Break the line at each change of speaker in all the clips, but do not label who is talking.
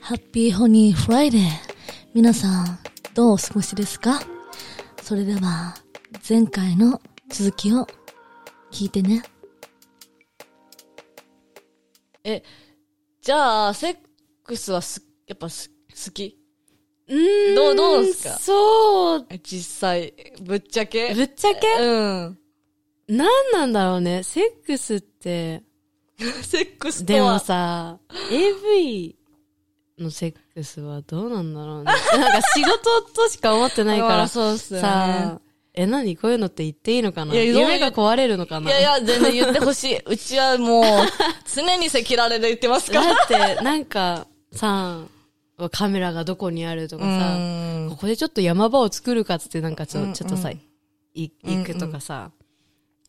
ハッピーホニーフライデー。皆さん、どうお過ごしですかそれでは、前回の続きを聞いてね。
じゃあ、セックスはす、やっぱす、好き
うーん。
どうどうですか
そう。
実際、ぶっちゃけ。
ぶっちゃけ、
うん。
何なんだろうね。セックスって、
セックスとは。
でもさ、AV のセックスはどうなんだろうね。 なんか仕事としか思ってないか
ま
ら
あ
さ、
そうっすよね。
え、何こういうのって言っていいのかない
やいや
夢が壊れるのか
い
な
やいや、全然言ってほしい。うちは もう、常に赤裸々で言ってますから。
だって、なんか、さ、カメラがどこにあるとかさ、
うん
ここでちょっと山場を作るかっつってなんかちょ,、
うんうん
ちょっとさ、い行くとかさ、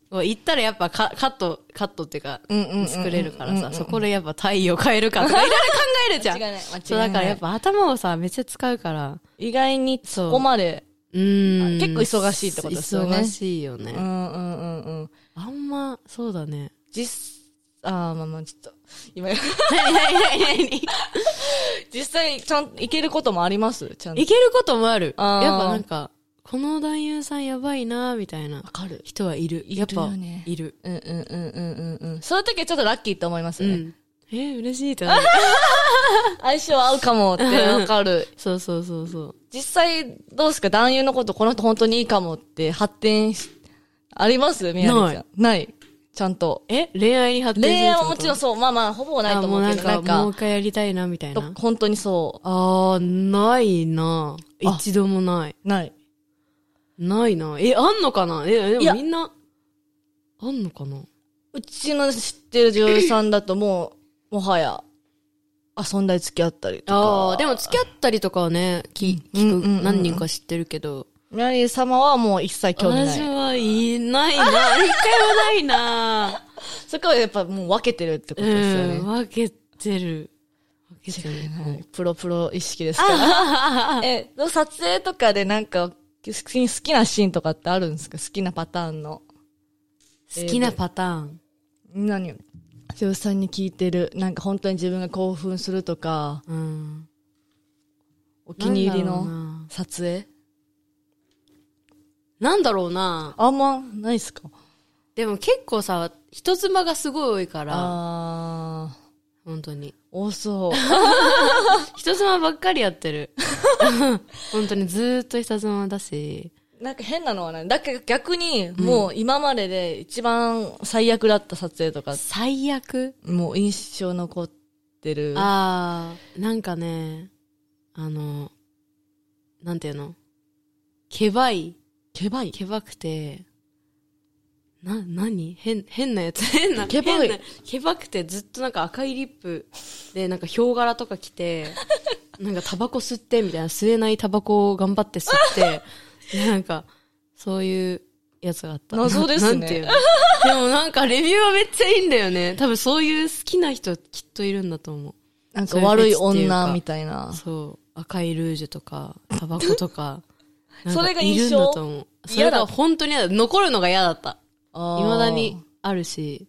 こう行ったらやっぱカカット、カットっていうか、
んうんうん
作れるからさ、そこでやっぱ太陽変えるかとか、いろいろ考えるじゃん。
間違いない間違いない
そうだからやっぱ頭をさ、めっちゃ使うから、
意外に、
そう
そこまで。
うーん。
結構忙しいってことですよね
忙しいよね。
んうんうんうん。
あんま、そうだね。
実、あーまあまあ、ちょっと、今、
はいはいはいはい。
実際、ちゃんと、いけることもありますちゃんと。
いけることもある。やっ
あー
ぱなんか、この男優さんやばいなみたいな
かる。
人はいる。やっぱ
いるよね、
いる。
うんうんうんうんうんうん。そういう時はちょっとラッキーって思います
う
ね。
ん。えー、嬉し いってなる。
相性合うかもってわかる。
そうそうそうそう。
実際、どうですか男優のこと、この人本当にいいかもって発展し、ありますみやりちゃん。ない。ちゃんと。
え恋愛に発展する
恋愛はもちろん
そ
そう、まあまあ、ほぼないと思うけど、
な
なんん
か、もう
か
一、回やりたいな、みたいな
と。本当にそ
あー、ないな
あ
一度もない。
う。ない。
ないなえ、あんのかなえ、
い
でも
や
みんな、あんのかな
うちの知ってる女優さんだともう、も はや、遊んだり付き合ったりとか。
あー、でも付き合ったりとかはね、き
う
聞
んうんうんう
く、
ん
何人か知ってるけど。
ミャリー様はもう一切興味
私
ない。
はい ないな一回もない な
そこはやっぱもう分けてるってことですよ
うん、
ね。
分けてる。分けてる。
はいプロプロ意識ですから。 え、撮影とかでなんか、好き好きなシーンとかってあるんですか好きなパターンの。
好きなパターン。
何女優さんに聞いてる。なんか本当に自分が興奮するとか、
うん。
お気に入り
なんだろう
の
な
撮影
なんだろうな
あんまないっすか
でも結構さ、人妻がすごい多いから、
あー、
本当に。
多そう。
人妻ばっかりやって る。本当にずーっと人妻だし。
なんか変なのはない。だけど逆に、もう今までで一番最悪だった撮影とか、
最悪
もう印象残ってる。
ああ、なんかね、あの、なんていうのけばい。
ケバい。
けばくて、な、なに変、変なやつ。 変な、
けばい
変な。けばくてずっとなんか赤いリップで、なんかヒョウ柄とか着 て、なんかタバコ吸ってみたいな、吸えないタバコを頑張って吸 って、でなんか、そういうやつがあった。
謎ですね
ななんていうのでもなんかレビューはめっちゃいいんだよね。多分そういう好きな人きっといるんだと思
なん
そ
か
ういうフェ
悪
チ
い
っていうか
女みたいな
う。。そう。赤いルージュとか、タバコ とか。なんか
それが
いる
印
ん
象
だと思う。それ
嫌だ
が本当に嫌だ。残るのが嫌だった。
あー
いまだに。あるし、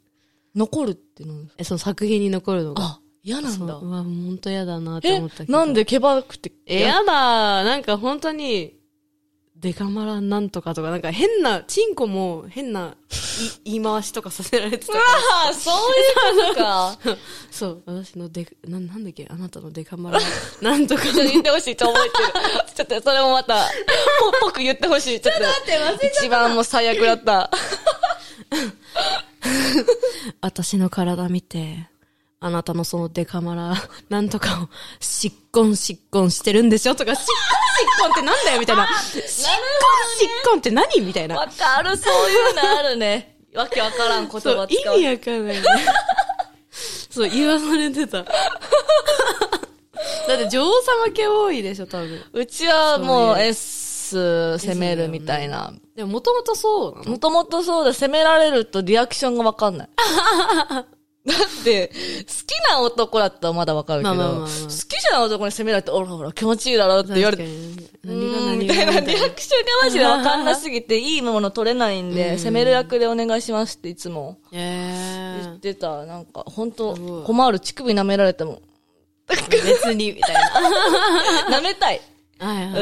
残るってなんですか
えその作品に残るのが。
あ、嫌なんだ
そう。うわ、ほんと嫌だなって
え
思った、けど。
なんでケバくて。
え、やだなんか本当に、デカマラなんとかとか、なんか変な、チンコも変な言い 言い回しとかさせられてた
う
か
わ
ら。
ーそういうことか。ちょっ
そう、私のデカ、な、なんだっけあなたのデカマラなんとか。
と 言ってほしい。ちょ、覚えてる。ちょっと、それもまた、ぽっぽく言ってほしい。ちょっと、一番もう最悪だ った。
私の体見て、あなたのそのデカマラ、 なんとかを、しっこんしっこんしてるんでしょとか、しっ こんしっこんってなんだよみたいな。しっこんしっこんって何みたいな。
わかる、そういうのあるね。 わけわからん言葉使。
そうう、意味わかんないね。 そう、言わされてた。だ って女王様系多いでしょ、多分。
うちはも
そう
う
いう
S 攻めるみたいな。
でも、もともとそうなの
もともとそうだ、攻められるとリアクションがわかん ない。だって、好きな男だったらまだわかるけど、
まあまあまあまあ
好きじゃない男に攻められて、おらほら、気持ちいいだろって言われて、うー
何が
ん
何
み
が
たいな
何が
リアクションがマジでわかんなすぎて、いいもの取れないんで、攻める役でお願いしますっていつも
え
言ってた。なんか、本当
すごい
困る。乳首舐められても、
別に、みたいな。
舐めたい。
はい
うんうん
はい。
う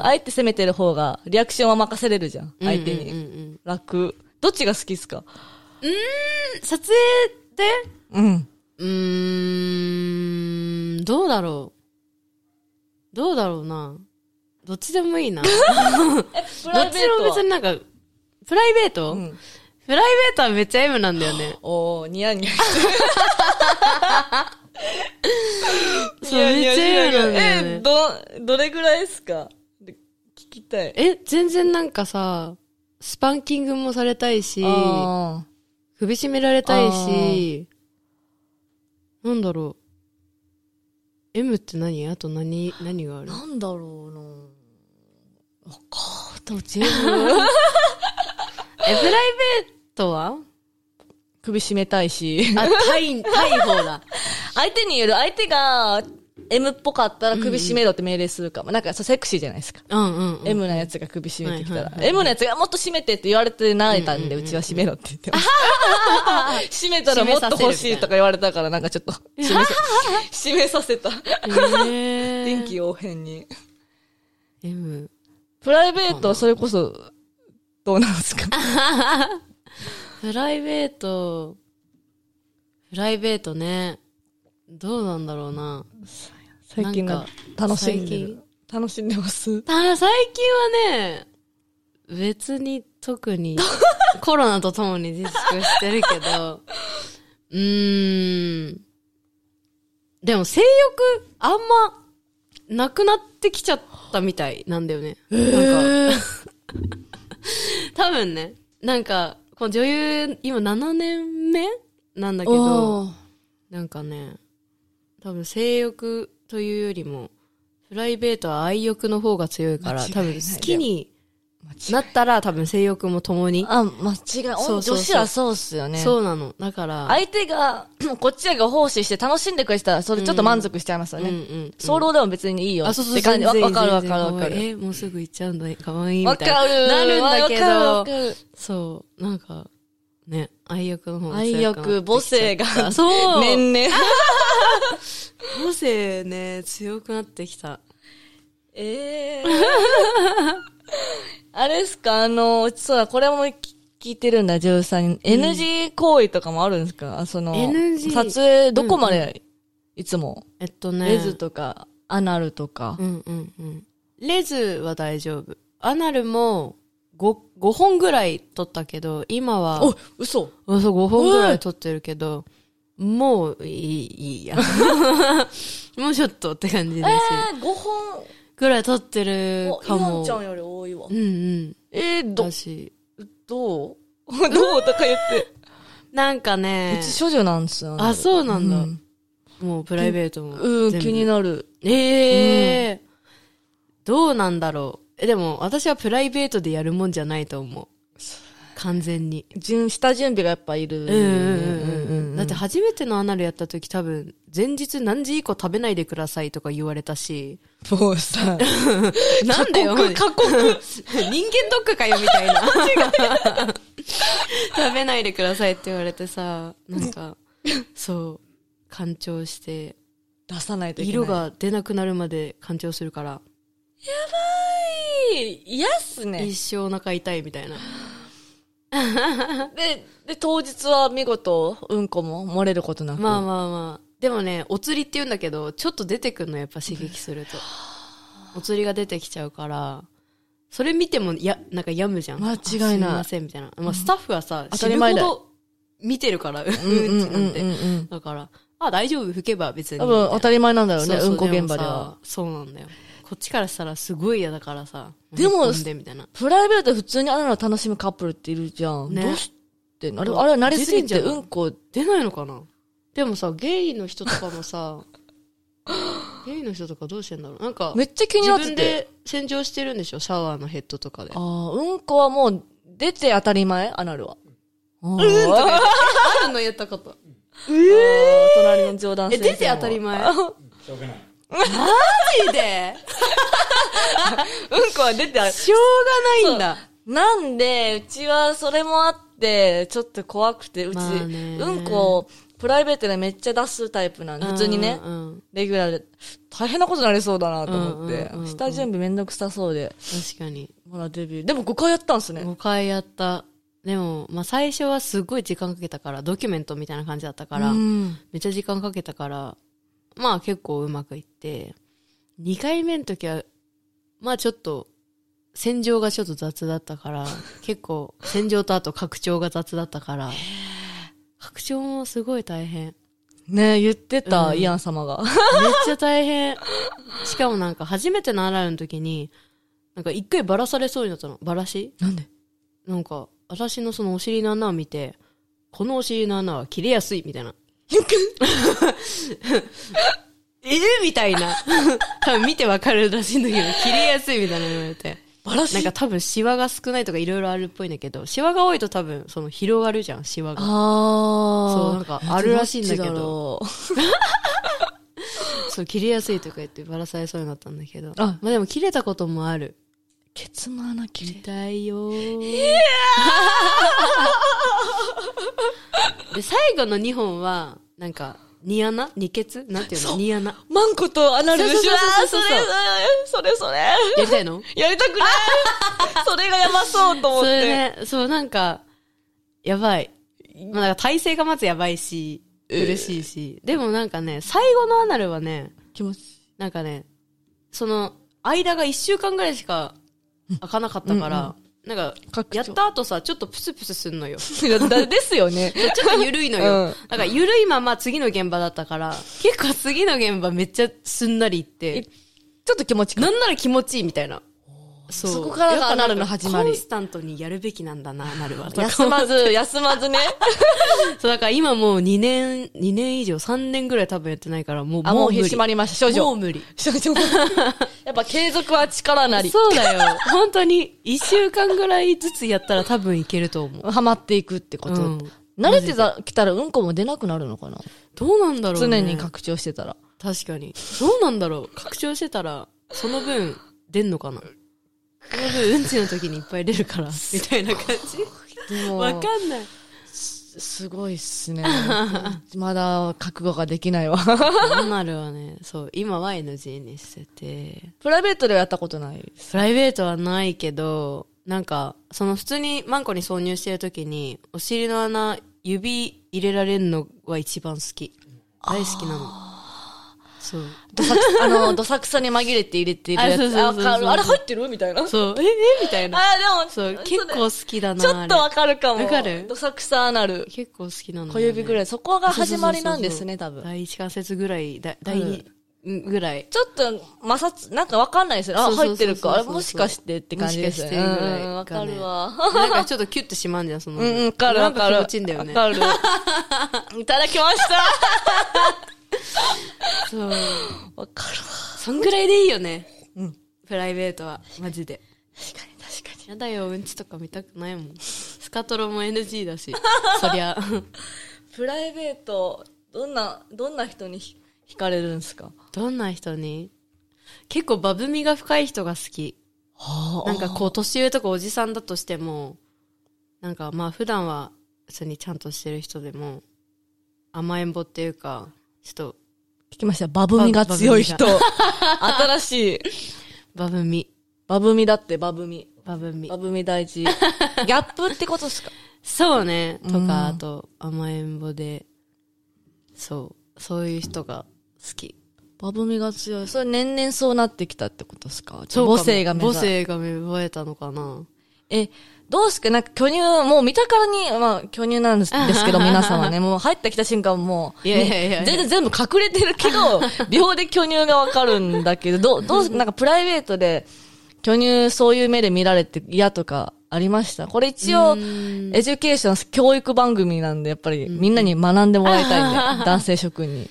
ん。あえて攻めてる方が、リアクションは任せれるじゃん。相手
うんうん
に。
うん
楽。どっちが好きっすか
うん撮影で
うん。
うーん、どうだろう。どうだろうな。どっちでもいい な。どっ
プライ
ち
ベート
も別になんか、プライベート、
ん
プライベートはめっちゃ M なんだよね。
おー、ニヤニヤ。
そう、めっちゃ M なんだよね
え、。ど、どれぐらいっすかで聞きたい。
え、全然なんかさ、スパンキングもされたいし、
あ
首絞められたいし、なんだろう。M って何あと何、何があ
ー
る
なんだろうなわかった、うち M
え、プライベートは
首絞めたいし。
あ、タイ、タイ方 だ。
相手による、相手が M っぽかったら首絞めろって命令するかも。なんかそうセクシーじゃないですか。
うんうん、うん。
M なやつが首絞めてきた
はい
ら
は。いはい
M なやつがもっと締めてって言われて慣れたんで、うちは締めろって言ってま した。締めたらもっと欲しいとか言われたから、なんかちょっと締めさ、締めさせた。
え
天気応変に。
M。
プライベートはそれこそ、どうなんですか
プライベート、プライベートね。どうなんだろうな。
最近
な
なん
んか
楽しんで
最
る。楽しんでます。
た最近はね、別に 特に、コロナとともに自粛してるけ ど、うーん。でも性欲、あんま、なくなってきちゃったみたいなんだよね。なんか、 多分ね、なんか、この女優、今7年目なんだけど、
おー
なんかね、多分性欲というよりも、プライベートは愛欲の方が強いから、
間違い
多分
ない
好きに
間違い
なったら多分性欲も共に。
あ、間違い。
そうそうそう
女子はそうっすよね。
そうなの。だから、
相手が、こっちが奉仕して楽しんでくれてたら、それちょっと満足しちゃいますよ
うんう
ね。
ん。
早漏でも別にいいよ。
あ、そうそう
って感じ。わ
全然
わかるわ
全
か
然
るわかる。
え、もうすぐ行っちゃうんだ、かわいいみ
わ
たいな。
かる。
なるんだけど
わかるわかる
そう、なんか、ね、愛欲の方が強
愛
いかな
欲、母性が、
そう。
年々。
母性ね、強くなってきた。
ええあれっすかあの、そうだ、これも聞聞いてるんだ、女優さんに。NG 行為とかもあるんですか、あその、
NG
撮影どこまで、いつも、
えっとね。
レズとか、アナルとか
う。んうんうん。レズは大丈夫。アナルも5、5本ぐらい撮ったけど、今は、
お、嘘
あそう、5本ぐらい撮ってるけど、もういい、いいや。 もうちょっとって感じだし。
えー、5本、
ぐらい撮ってる
お
かも。
より多いわ
うんうん。
えー、ど
だ、し。
どう どうとか言 って。
なんか
う
ね
ち、処女なんですよ、
あ、そうなんだ。
うん
もうプライベートも。
うん、
全部
気になる。
ええどうなんだろう。え、でも私はプライベートでやるもんじゃないと思う。完全に。
準下準備がやっぱいる。
うんうんうんうん。だって初めてのアナルやった時多分、前日何時以降食べないでくださいとか言われたし。
もう さ、
なんだよ、
過酷過酷
人間ドックかよみたい な。食べないでくださいって言われてさ、なんか、そう、干潮して、
出さないといけない。
色が出なくなるまで干潮するから、
嫌っすね
一。生お腹痛いみたいな。
で、で、当日は見事、うんこも漏れることなく。
まあまあまあ。でもね、お釣りって言うんだけど、ちょっと出てくるの、やっぱ刺激すると。お釣りが出てきちゃうから、それ見ても、や、なんか病むじゃん。
間違いない
あすいません、みたいな。まあ、スタッフはさ、
当たり前だ
死ぬほど見てるから、うん、う
うんうん
ん
う
ちなん
んう
て。
ん。
だから、あ、大丈夫、吹けば別に。
多分当たり前なんだろうね、
そうそ
んこ現場で
も
は
さ。そうなんだよ。こっちからしたらすごい嫌だからさ。
でも
飲んでみたいな。
プライベートで普通にあるの楽しむカップルっているじゃん。
ね
どうしてあれ、あれは慣れすぎ
出て
て
んじゃ
うんんこ、
出ないのかなでもさ、ゲイの人とか もさ、ゲイの人とかどうしてんだろうなんか、
めっちゃ気になっ
自
て
分
て。
で洗浄してるんでしょシャワーのヘッドとかで。
ああ、うんこはもう出て当たり前アナルは。うん
とか言ってあるの言ったこと。
隣の冗談
え、
先生も
出て当たり前。
し
マ
ょうがない。
ジで
うんこは出て当たり
しょうがないんだ。
なんで、うちはそれもあって、ちょっと怖くて、うち、
まあね
うんこをプライベートでめっちゃ出すタイプなんで、普通にね、
うんうん
レギュラーで、大変なことになりそうだなと思って、
うんうんうんうん
下準備めんどくさそうで、
確かに。
まだデビュー。でも5回やったんですね。
5回やった。でも、まあ最初はすごい時間かけたから、ドキュメントみたいな感じだったから、
うん
めっちゃ時間かけたから、まあ結構うまくいって、2回目の時は、まあちょっと、戦場がちょっと雑だったから、結構、戦場とあと拡張が雑だったから、拡張もすごい大変。
ねえ言ってた、
うん
イアン様が。
めっちゃ大変。しかもなんか初めてのアライの時に、なんか一回バラされそうになったの。バラし
なんで
なんか、私のそのお尻の穴を見て、このお尻の穴は切れやすい、みたいな。 えみたいな。多分見てわかるらしいんだけど、切れやすいみたいなの言われて。
バラ
なんか多分シワが少ないとかいろいろあるっぽいんだけど、シワが多いと多分その広がるじゃん、シワ
あ
が。
あ。
そうなんかあるらしいんだけど
どっちろう。
そう、切れやすいとか言ってばらされそうになったんだけど。
あ
まあでも切れたこともある。
ケツの穴切れ。
痛いよー。 で、最後の2本は、なんか、ニ穴ニケツなんていう
そ
の
う
ニ穴
マンコとアナルでしょ
そうそうそう
それそれ、それ
やりたいの
それ。やりた くないそれがやばそうと思っ
それ
て。
ね、そうなんか、やばい。まあなんか体勢がまずやばいし、苦しいし。でもなんかね、最後のアナルはね、
気持ち。
なんかね、その、間が1週間ぐらいしか開かなかったから、なんか、
拡張
やった後さ、ちょっとプスプスすん のよ。
ですよね。
ちょっと緩いのよ。
うん
なんか緩いまま次の現場だったから、結構次の現場めっちゃすんなりいって
い、ちょっと気持ち
なんなら気持ちいいみたいな。そ
そこからが
やっぱなん
なるの始まり
コンスタントにやるべきなんだな、なるわ。とか
休ま ず、休まずね。
そう、だから今もう2年、2年以上、3年ぐらい多分やってないから、もう、
あ、もう
無理
閉まりました、少
もう
女。
無理。
少 女。やっぱ継続は力なり。
そうだよ。本当に、1週間ぐらいずつやったら多分いけると思う。
ハマっていくってこと。
うん
慣れてたきたらうんこも出なくなるのかな、
どうなんだろうね。
常に拡張してたら。
確かに。どうなんだろう拡張してたら、その分、出んのかなその分、うんちの時にいっぱい出る から、みたいな感
で
じ
も
わかんない。
すごいっすね。 まだ覚悟ができないわ。
アナルはね、そう、今は NG にしてて、
プライベートではやったことない。
プライベートはないけど、なんか、その普通にマンコに挿入してる時に、お尻の穴、指入れられるのは一番好き。大好きなの。そう。
どさく、 あの、どさくさに紛れて入れているや
あそう
つ。
そ
あ、
うそ
わ
うそう
かる。あれ入ってるみたいな。あ、で
そう、え、えみたいな。
も、
そう、結構好きだな。
ちょっと
あれ
わかるかも。
わかる
どさくさなる。
結構好きなのよね、
小指ぐらい。そこが始まりなんですね、
そう
多
そうそうそ
分。
う第一関節ぐらい、だ第二ぐらい。
ちょっと摩擦、なんかわかんないですよね。
そ
あ、
うそう
入
そうそう
ってるか。あれもしかしてって感じですよね。
もしかしてぐらい
うんわかるわ。
なんかちょっとキュッとしまうんじゃん、その。
うんうん、わかるわかる。
なん気持ちいいんだよね。
わかる。いただきました。
そう。
わかるわ。
そんぐらいでいいよね。
うん。
プライベートは、マジで。
確かに確かに。
やだよ、うんちとか見たくないもん。スカトロも NG だ し。そりゃ。
プライベート、どんな、どんな人にひ惹かれるんですか
どんな人に結構バブみが深い人が好き。
は
なんかこう、年上とかおじさんだとしても、なんかまあ普段は普通にちゃんとしてる人でも、甘えん坊っていうか、ちょっと
聞きました。バブみが強い人。新しい。
バブみ。
バブみだって、バブみ。
バブみ
バ。ブみ大 事。ギャップってことですか
そうね。と
うん
か、あと甘えん坊で、そう。そういう人が好き。
バブみが強い。それ年々そうなってきたってことですか
かも
母性が目
母性が芽生えたのかな。
え、どうっすかなんか巨乳、もう見たからに、まあ巨乳なんですですけど、皆様 ね、もう入ってきた瞬間もう、
いやいやいやいや
ね全然全部隠れてるけ ど、秒で巨乳がわかるんだけど、どう、どうっすかなんかプライベートで、巨乳そういう目で見られて嫌とかありましたこれ一応、エデュケーション、教育番組なんで、やっぱりみんなに学んでもらいたいんで、男性諸君 に。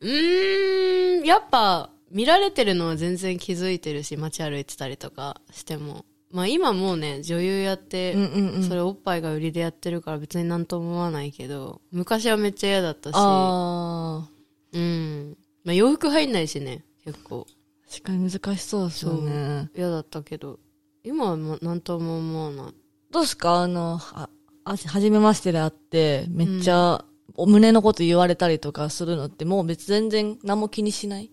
うーん、やっぱ、見られてるのは全然気づいてるし、街歩いてたりとかしても。まあ今もうね、女優やって、
うんうんうん
それおっぱいが売りでやってるから別になんとも思わないけど、昔はめっちゃ嫌だったし、
ああ。
うん。まあ洋服入んないしね、結構。
確かに難しそうですよね。
嫌だったけど、今はもうなんとも思わない。
どうっすかあの、あ、あはじめましてで会って、めっちゃ、お胸のこと言われたりとかするのってもう別全然何も気にしない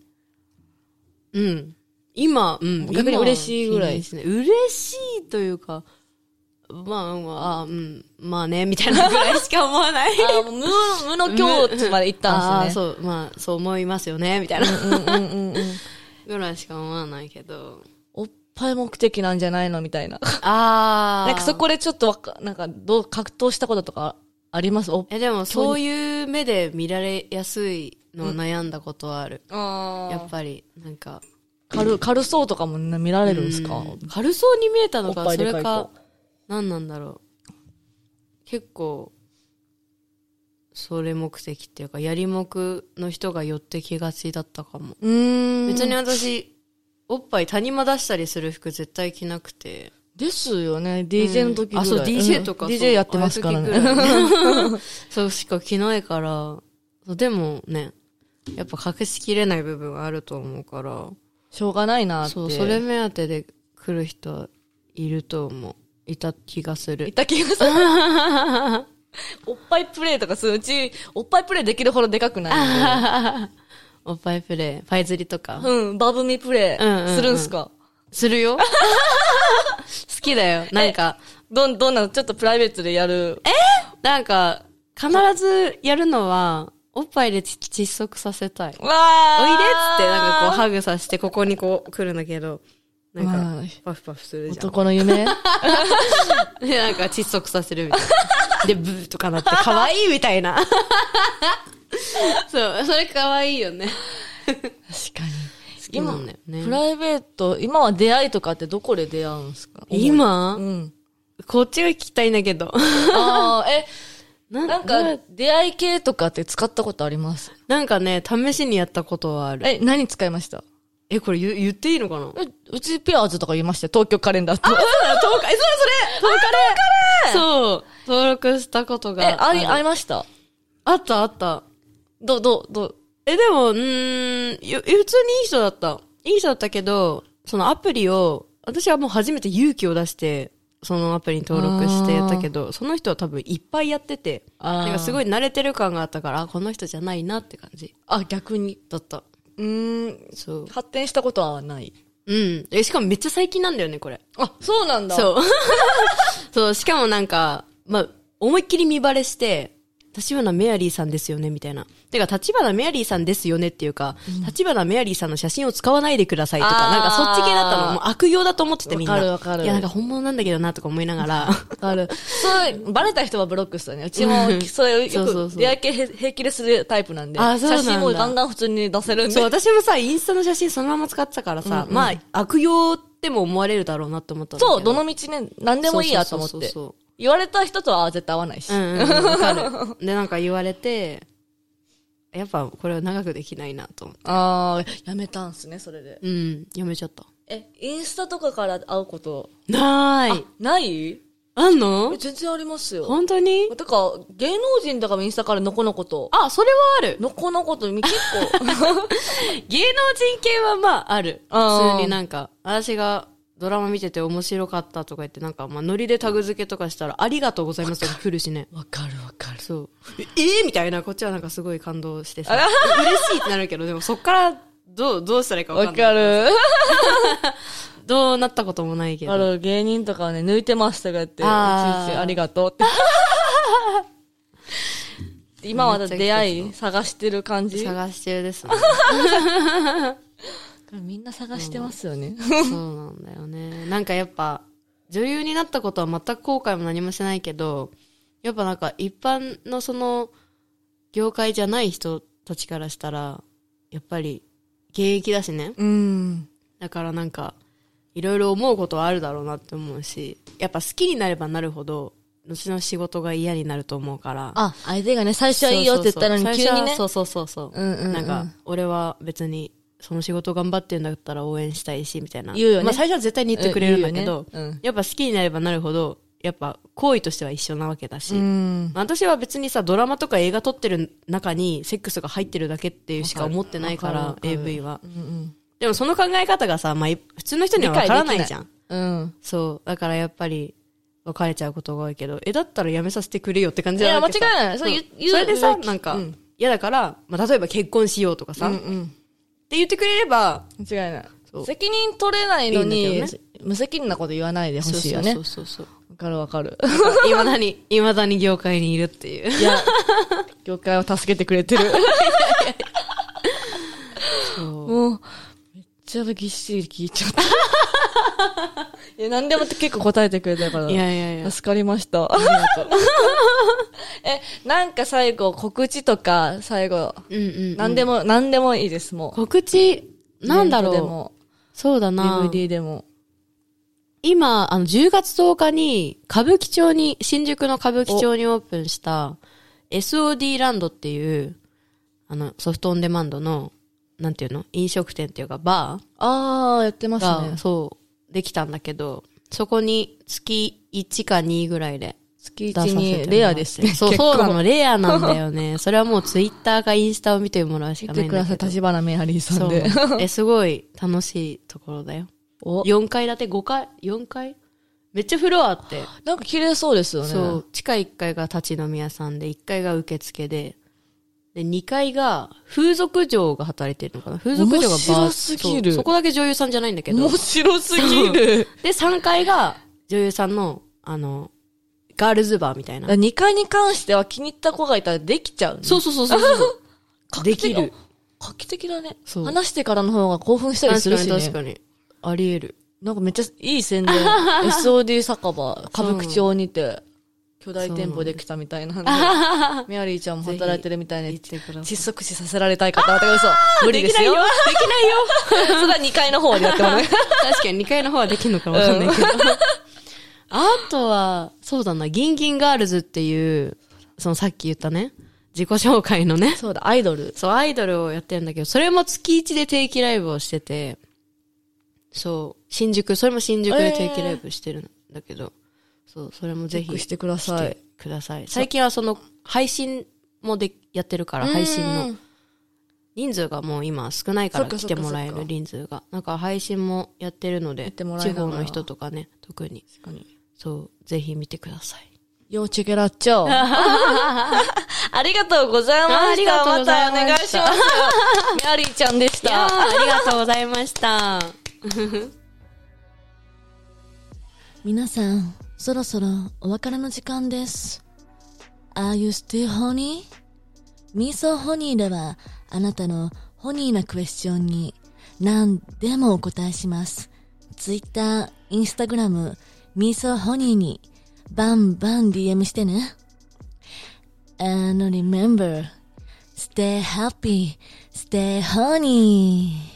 うん。今、うん。
逆に嬉しいぐらい
今ですね。嬉しいというか、まあ、うんあうん、まあね、みたいなぐらいしか思わない。
あもう無無の境地まで行った んですよね。
ああ、そう、まあ、そう思いますよね、みたいな。
うんうんうんうん。
ぐらいしか思わないけど。
おっぱい目的なんじゃないのみたいな。
ああ。
なんかそこでちょっとわか、なんかどう格闘したこととかありますお
え、でもそういう目で見られやすいのを悩んだことはある。や
あ
っぱり、なんか。
軽、軽そうとかも見られるんですか
うん軽そうに見えたの
お
か、
っぱい
そ
で
れ
かい子
か、何なんだろう。結構、それ目的っていうか、やり目の人が寄ってきがちだったかも。
うーん。
別に私、おっぱい谷間出したりする服絶対着なくて。
ですよね。DJ の時ぐらい、
あ、そう、DJ とか。
うん
そう
DJ やってますから
ああいう時
ね。
ぐらい そう、しか着ないから。そうでもね、やっぱ隠しきれない部分はあると思うから。
しょうがないなって。
そう、それ目当てで来る人はいると思う。いた気がす
い
る。
た気がする。 おっぱいプレイとかするうち、おっぱいプレイできるほどでかくないんで。
おっぱいプレイ、パイ釣りとか。
うん、バブミプレ
うんうんう
イ
ん
するんすか、
する よ。好きだよ。なんか、
どん、どんな、ちょっとプライベートでやる。え
なんか、必ずやるのは、おっぱいでち窒息させたい。
わあ
おいでっつって、なんかこう、ハグさせて、ここにこう、来るんだけど、な
まあ
んか、パフパフするじゃん。
男の夢
で、 なんか窒息させるみたいな。で、 ブーとかなって、可愛いみたいな。 そう、それ可愛いよね。
確かに。
好きなんだよね
プ。ライベート、今は出会いとかってどこで出会うんすか
今、
うん。
こっちが聞きたいんだけど。
ああ、 え、
な
なんか、出会い系とかって使ったことあります
なんかね、試しにやったことはある。
え、何使いました
え、これ言言っていいのかな
えうちペアーズとか言いましたよ東京カレンダーと。
登録、え、それそれ登録そう、登録したこと
え、
が
あ
ある。
り、ありました
あったあった。
どう、どう、どう。
え、でも、うーん、よ普通にいい人だった。いい人だったけど、そのアプリを、私はもう初めて勇気を出して、そのアプリに登録してやったけど、その人は多分いっぱいやってて、
あー
なんかすごい慣れてる感があったから、あ、この人じゃないなって感じ
あ、逆に。
だった。
うーん、
そう。
発展したことはない。
うん。え、しかもめっちゃ最近なんだよね、これ。
あ、そうなんだ。う。
そう。 そう、しかもなんか、まあ、思いっきり見バレして、立花メアリーさんですよね、みたいな。てか、立花メアリーさんですよねっていうか、立花メアリーさんの写真を使わないでくださいと
あ
か、
ー
なんかそっち系だったの。もう悪用だと思っててみんな。
わかるわかる
いや、なんか本物なんだけどな、とか思いながら。
わかる。そう、バレた人はブロックしたね。うちも
うん、
それ
そ
よ
うそう
く
そう
出会い系へ平気でするタイプなんで。
あそうなんだ
写真もガンガン普通に出せるんで。
そう、私もさ、インスタの写真そのまま使ってたからさ、
うんうん
まあ、悪用っても思われるだろうなって思ったんだけ
そう、どの道ね、何でもいいやと思っ
そうそう
て
そう。そう
言われた人とは絶対合わないし。
うんうんうん、わかる。で、なんか言われて、やっぱこれは長くできないなと思って。
ああ、やめたんすね、それで。
うん、やめちゃった。
え、インスタとかから会うこと、
なーい。
ないえ
あんの
全然ありますよ。
本当に
てか、芸能人とかもインスタからのこのこと。
あ、それはある。
のこのこと、結構。
芸能人系はまあある。
あー
普通になんか、私がドラマ見てて面白かったとか言って、なんか、まあノリでタグ付けとかしたら、ありがとうございますとか来るしね。
わかるわかる。
そう。ええーみたいな、こっちはなんかすごい感動してさ、
あら
嬉しいってなるけど、でもそっから、どう、どうしたらいいかわかんない。
る。
どうなったこともないけ
あ
ど。
る芸人とかはね、抜いてましたがって、いちいち
あー
ありが とうって。今はだって出会い探してる感じ
探し中ですね。
みんな探してますよね。
そうなんだよね。なんかやっぱ、女優になったことは全く後悔も何もしないけど、やっぱなんか一般のその、業界じゃない人たちからしたら、やっぱり、現役だしね。
うん。
だからなんか、いろいろ思うことはあるだろうなって思うし、やっぱ好きになればなるほど、後の仕事が嫌になると思うから。
あ、相手がね、最初はいいよって言ったのに
そうそう
急
そう
にね。
そうそうそうそう。
うんうんうん
なんか、俺は別に、その仕事頑張ってんだったら応援したいし、みたいな。
言うよね
まあ最初は絶対に言ってくれるんだけ
う
ど、
ん言うよねうん
やっぱ好きになればなるほど、やっぱ行為としては一緒なわけだし、
うん。
まあ私は別にさ、ドラマとか映画撮ってる中にセックスが入ってるだけっていうしか思ってないから、
わかるわかる
AV は
う。ん
でもその考え方がさ、まあい普通の人にはわからないじゃん。
うん。
そう。だからやっぱり、別れちゃうことが多いけど、え、だったらやめさせてくれよって感
い
じじゃ
や、間
な
違
い
いない。
そ
そうう
言
言
う
う、
言うそれでさ、
言う
なんか
う、
嫌だから、まあ、例えば結婚しようとかさ、
うんう
って
ん。
言ってくれれば、
間違いな
そ
い。
う
責任取れないの
いい
に
んだけど、
無責任なこと言わないでほしいよね
そう。そうそうそう
わかるわかる。
そう。いまだに、いまだに業界にいるっていう。
いや、業界を助けてくれてる。
そう
もう、めっちゃぎっしり 聞いちゃった。いや、何でも結構答えてくれたから。
いやいやいや。
助かりました。 え、なんか最後、告知とか、最後、
うんうん、うん。
何で
も。
も、何でもいいです、も
告知、
う。
なんだろ
イベン
う。そうだな。
トでも、DVD でも。
今、あの、10月10日に、歌舞伎町に、新宿の歌舞伎町にオープンした、SOD ランドっていう、あの、ソフトオンデマンドの、なんていうの飲食店っていうか、バ
あー、やってま
ー
す
が、
ね。
そう、できたんだけど、そこに月1か2ぐらいで
月
出さ
一
せてもらって
に、レアですね。
そう、
結構
そうなの、レアなんだ よね。それはもうツイッターかインスタを見てもらうし
見
かな
て
いん
くだ
だ
さ
け
い、
ど。
立花メアリーさ
そ
ん
う
で。。
え、すごい楽しいところだよ。
お
4階建て5階 ?4 階めっちゃフロアあって。
なんか綺麗そうですよね。
そう。地下1階が立ち飲み屋さんで、1階が受付で、で、2階が風俗嬢が働いてるのかな風俗嬢がバー
面白すぎる
そうそこだけ女優さんじゃないんだけど
面。白すぎる。
で、3階が女優さんの、あの、ガールズバーみたいな。
2階に関しては気に入った子がいたらできちゃうね、
そうそうそうそうそう。
画
で
期
き
的
る。。
画期的だね。
そう
話してからの方が興奮したりす
確
る
か
し、ね。
に確かに。あり得る。
なんかめっちゃいい 宣伝。SOD 酒場、歌舞伎町にて、巨大店舗できたみたいなんで、 メアリーちゃんも働いてるみたいで、
てくだ
窒息死させられたい方は、嘘。無理ですよ。
できないよ。
それは2階の方でやってもらう。
確かに2階の方はできるのかもわかんないけど。あとは、そうだな、ギンギンガールズっていう、そのさっき言ったね、自己紹介のね、
そうだ、アイドル。
そう、アイドルをやってるんだけど、それも月1で定期ライブをしてて、そう、新宿、それも新宿で定期ライブしてるんだけど、そう、それも
チ
ぜ
ェッ
ひ
クし
して
ください
て。ください。最近はその、配信もで、やってるから、配信の
う。ん。
人数がもう今少ないから
そっか
来
そっか
てもらえ
そっ
る
か
人数が。なんか配信もやってるので、
てもらい
地
ながら
方の人とかね、特に。
確かに。
そう、ぜひ見てください。
よチェケラッチョ。 ありがとうございました。
ありがとうございました
またお願いします。 メアリーちゃんでし
いや
た。
ーありがとうございました。
皆さん、そろそろお別れの時間です。Are you still honey?Me so honey では、あなたのホニーなクエスチョンに何でもお答えします。Twitter、Instagram、Me so honey にバンバン DM してね。And remember, stay happy, stay honey.